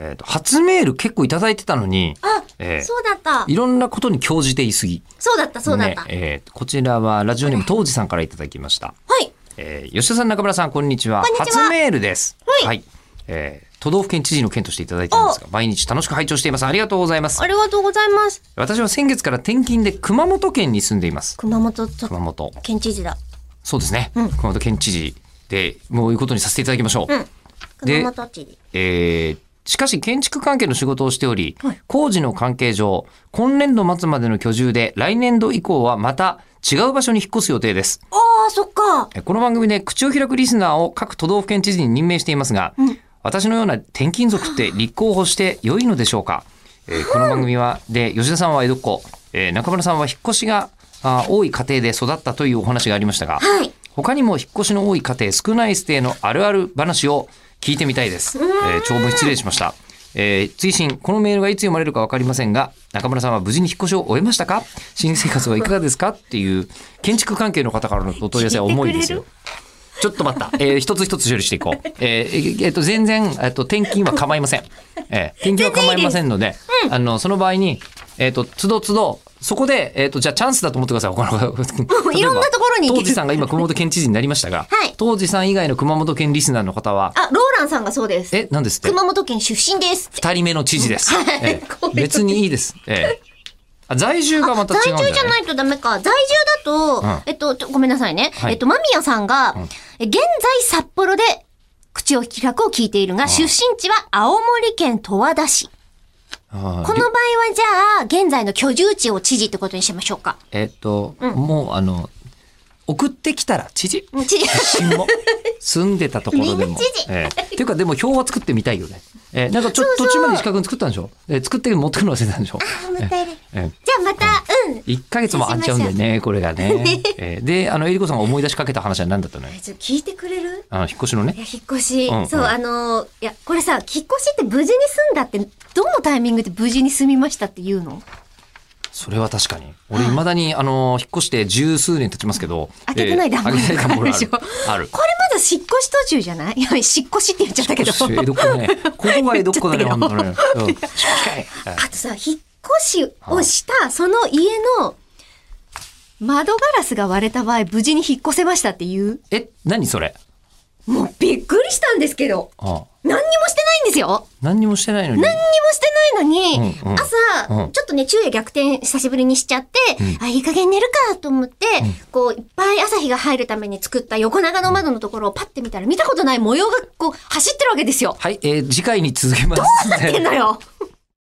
えっ、と、初メール結構いただいてたのに、あ、ええそうだった。いろんなことに興じていすぎ。そうだった、そうだった。ねえーこちらはラジオネーム当時さんからいただきました。はい。えー吉田さん、中村さん、こんにちは。こんにちは初メールです。はいえー都道府県知事の件としていただいてるんですが、毎日楽しく拝聴しています。ありがとうございますあ。りがとうございます。私は先月から転勤で熊本県に住んでいます。熊本と熊本。県知事だ。そうですね。うん熊本県知事で、もういうことにさせていただきましょう。うん。で熊本知事。えーしかし建築関係の仕事をしており、はい工事の関係上、今年度末までの居住で来年度以降はまた違う場所に引っ越す予定です。ああ、そっか。えこの番組で口を開くリスナーを各都道府県知事に任命していますが、私のような転勤族って立候補して良いのでしょうか、えーこの番組は、で、吉田さんは江戸っ子、えー中村さんは引っ越しがあ多い家庭で育ったというお話がありましたが、はい。他にも引っ越しの多い家庭少ないステイのあるある話を聞いてみたいです、えー長文失礼しました、えー追伸このメールがいつ読まれるか分かりませんが中村さんは無事に引っ越しを終えましたか新生活はいかがですかっていう建築関係の方からのお問い合わせは重いです よちょっと待った、えー一つ一つ処理していこう、えーえーと全然、えー、と転勤は構いません、えー転勤は構いませんのであのその場合に、えー、とつどつどそこで、えー、とじゃあチャンスだと思ってください他のいろんなところに行ける当時さんが今熊本県知事になりましたが、はい当時さん以外の熊本県リスナーの方は、あ、ローランさんがそうです。え、なんですって熊本県出身ですって。二人目の知事です。はいええごめん別にいいです。ええあ在住がまた違うん在だ、ね、住じゃないとダメか。在住だと、うんえっと、ちょごめんなさいね。はいえっと、間宮さんが、え現在札幌で口を開くを聞いているが、出身地は青森県十和田市。ああこの場合はじゃあ、現在の居住地を知事ってことにしましょうか。えっと、もうあの、送ってきたら知事知 事。出身も住んでたところでみんもな知事。ええっていうかでも表は作ってみたいよね。ええなんかちょっと途中まで石川君作ったんでしょええ作って持ってくの忘れたんでしょあもったいない。じええゃあまた、うん。一ヶ月もあっちゃうんだよね、これがね。ええで、あの、えりこさんが思い出しかけた話は何だったのよちょっと聞いてくれるあの、引っ越しのねい。や、引っ越し。うんそう、うんあのーいや、これさ、引っ越しって無事に住んだって、どのタイミングで無事に住みましたって言うのそれは確かに。俺、未だに、あの、引っ越して十数年経ちますけど。開けてない段ボールえー開けてない段ボールあるでしょある。これまだ引っ越し途中じゃないい や、引っ越しって言っちゃったけど。江戸っ子 ね。ここが江戸っ子だね、言っ本ち当ゃったに。うんしっかりはいあとさ、引っ越しをした、その家の、窓ガラスが割れた場合、無事に引っ越せましたっていう。え、何それもうびっくりしたんですけど。ああ何にもしてないんですよ何にもしてないのに。何にもしてないのに、うんうん朝、うんちょっとね、昼夜逆転久しぶりにしちゃって、あ、いい加減寝るかと思って、こう、いっぱい朝日が入るために作った横長の窓のところをパッて見たら、見たことない模様がこう、走ってるわけですよ。はい、えー次回に続けます。 どうなってんのよ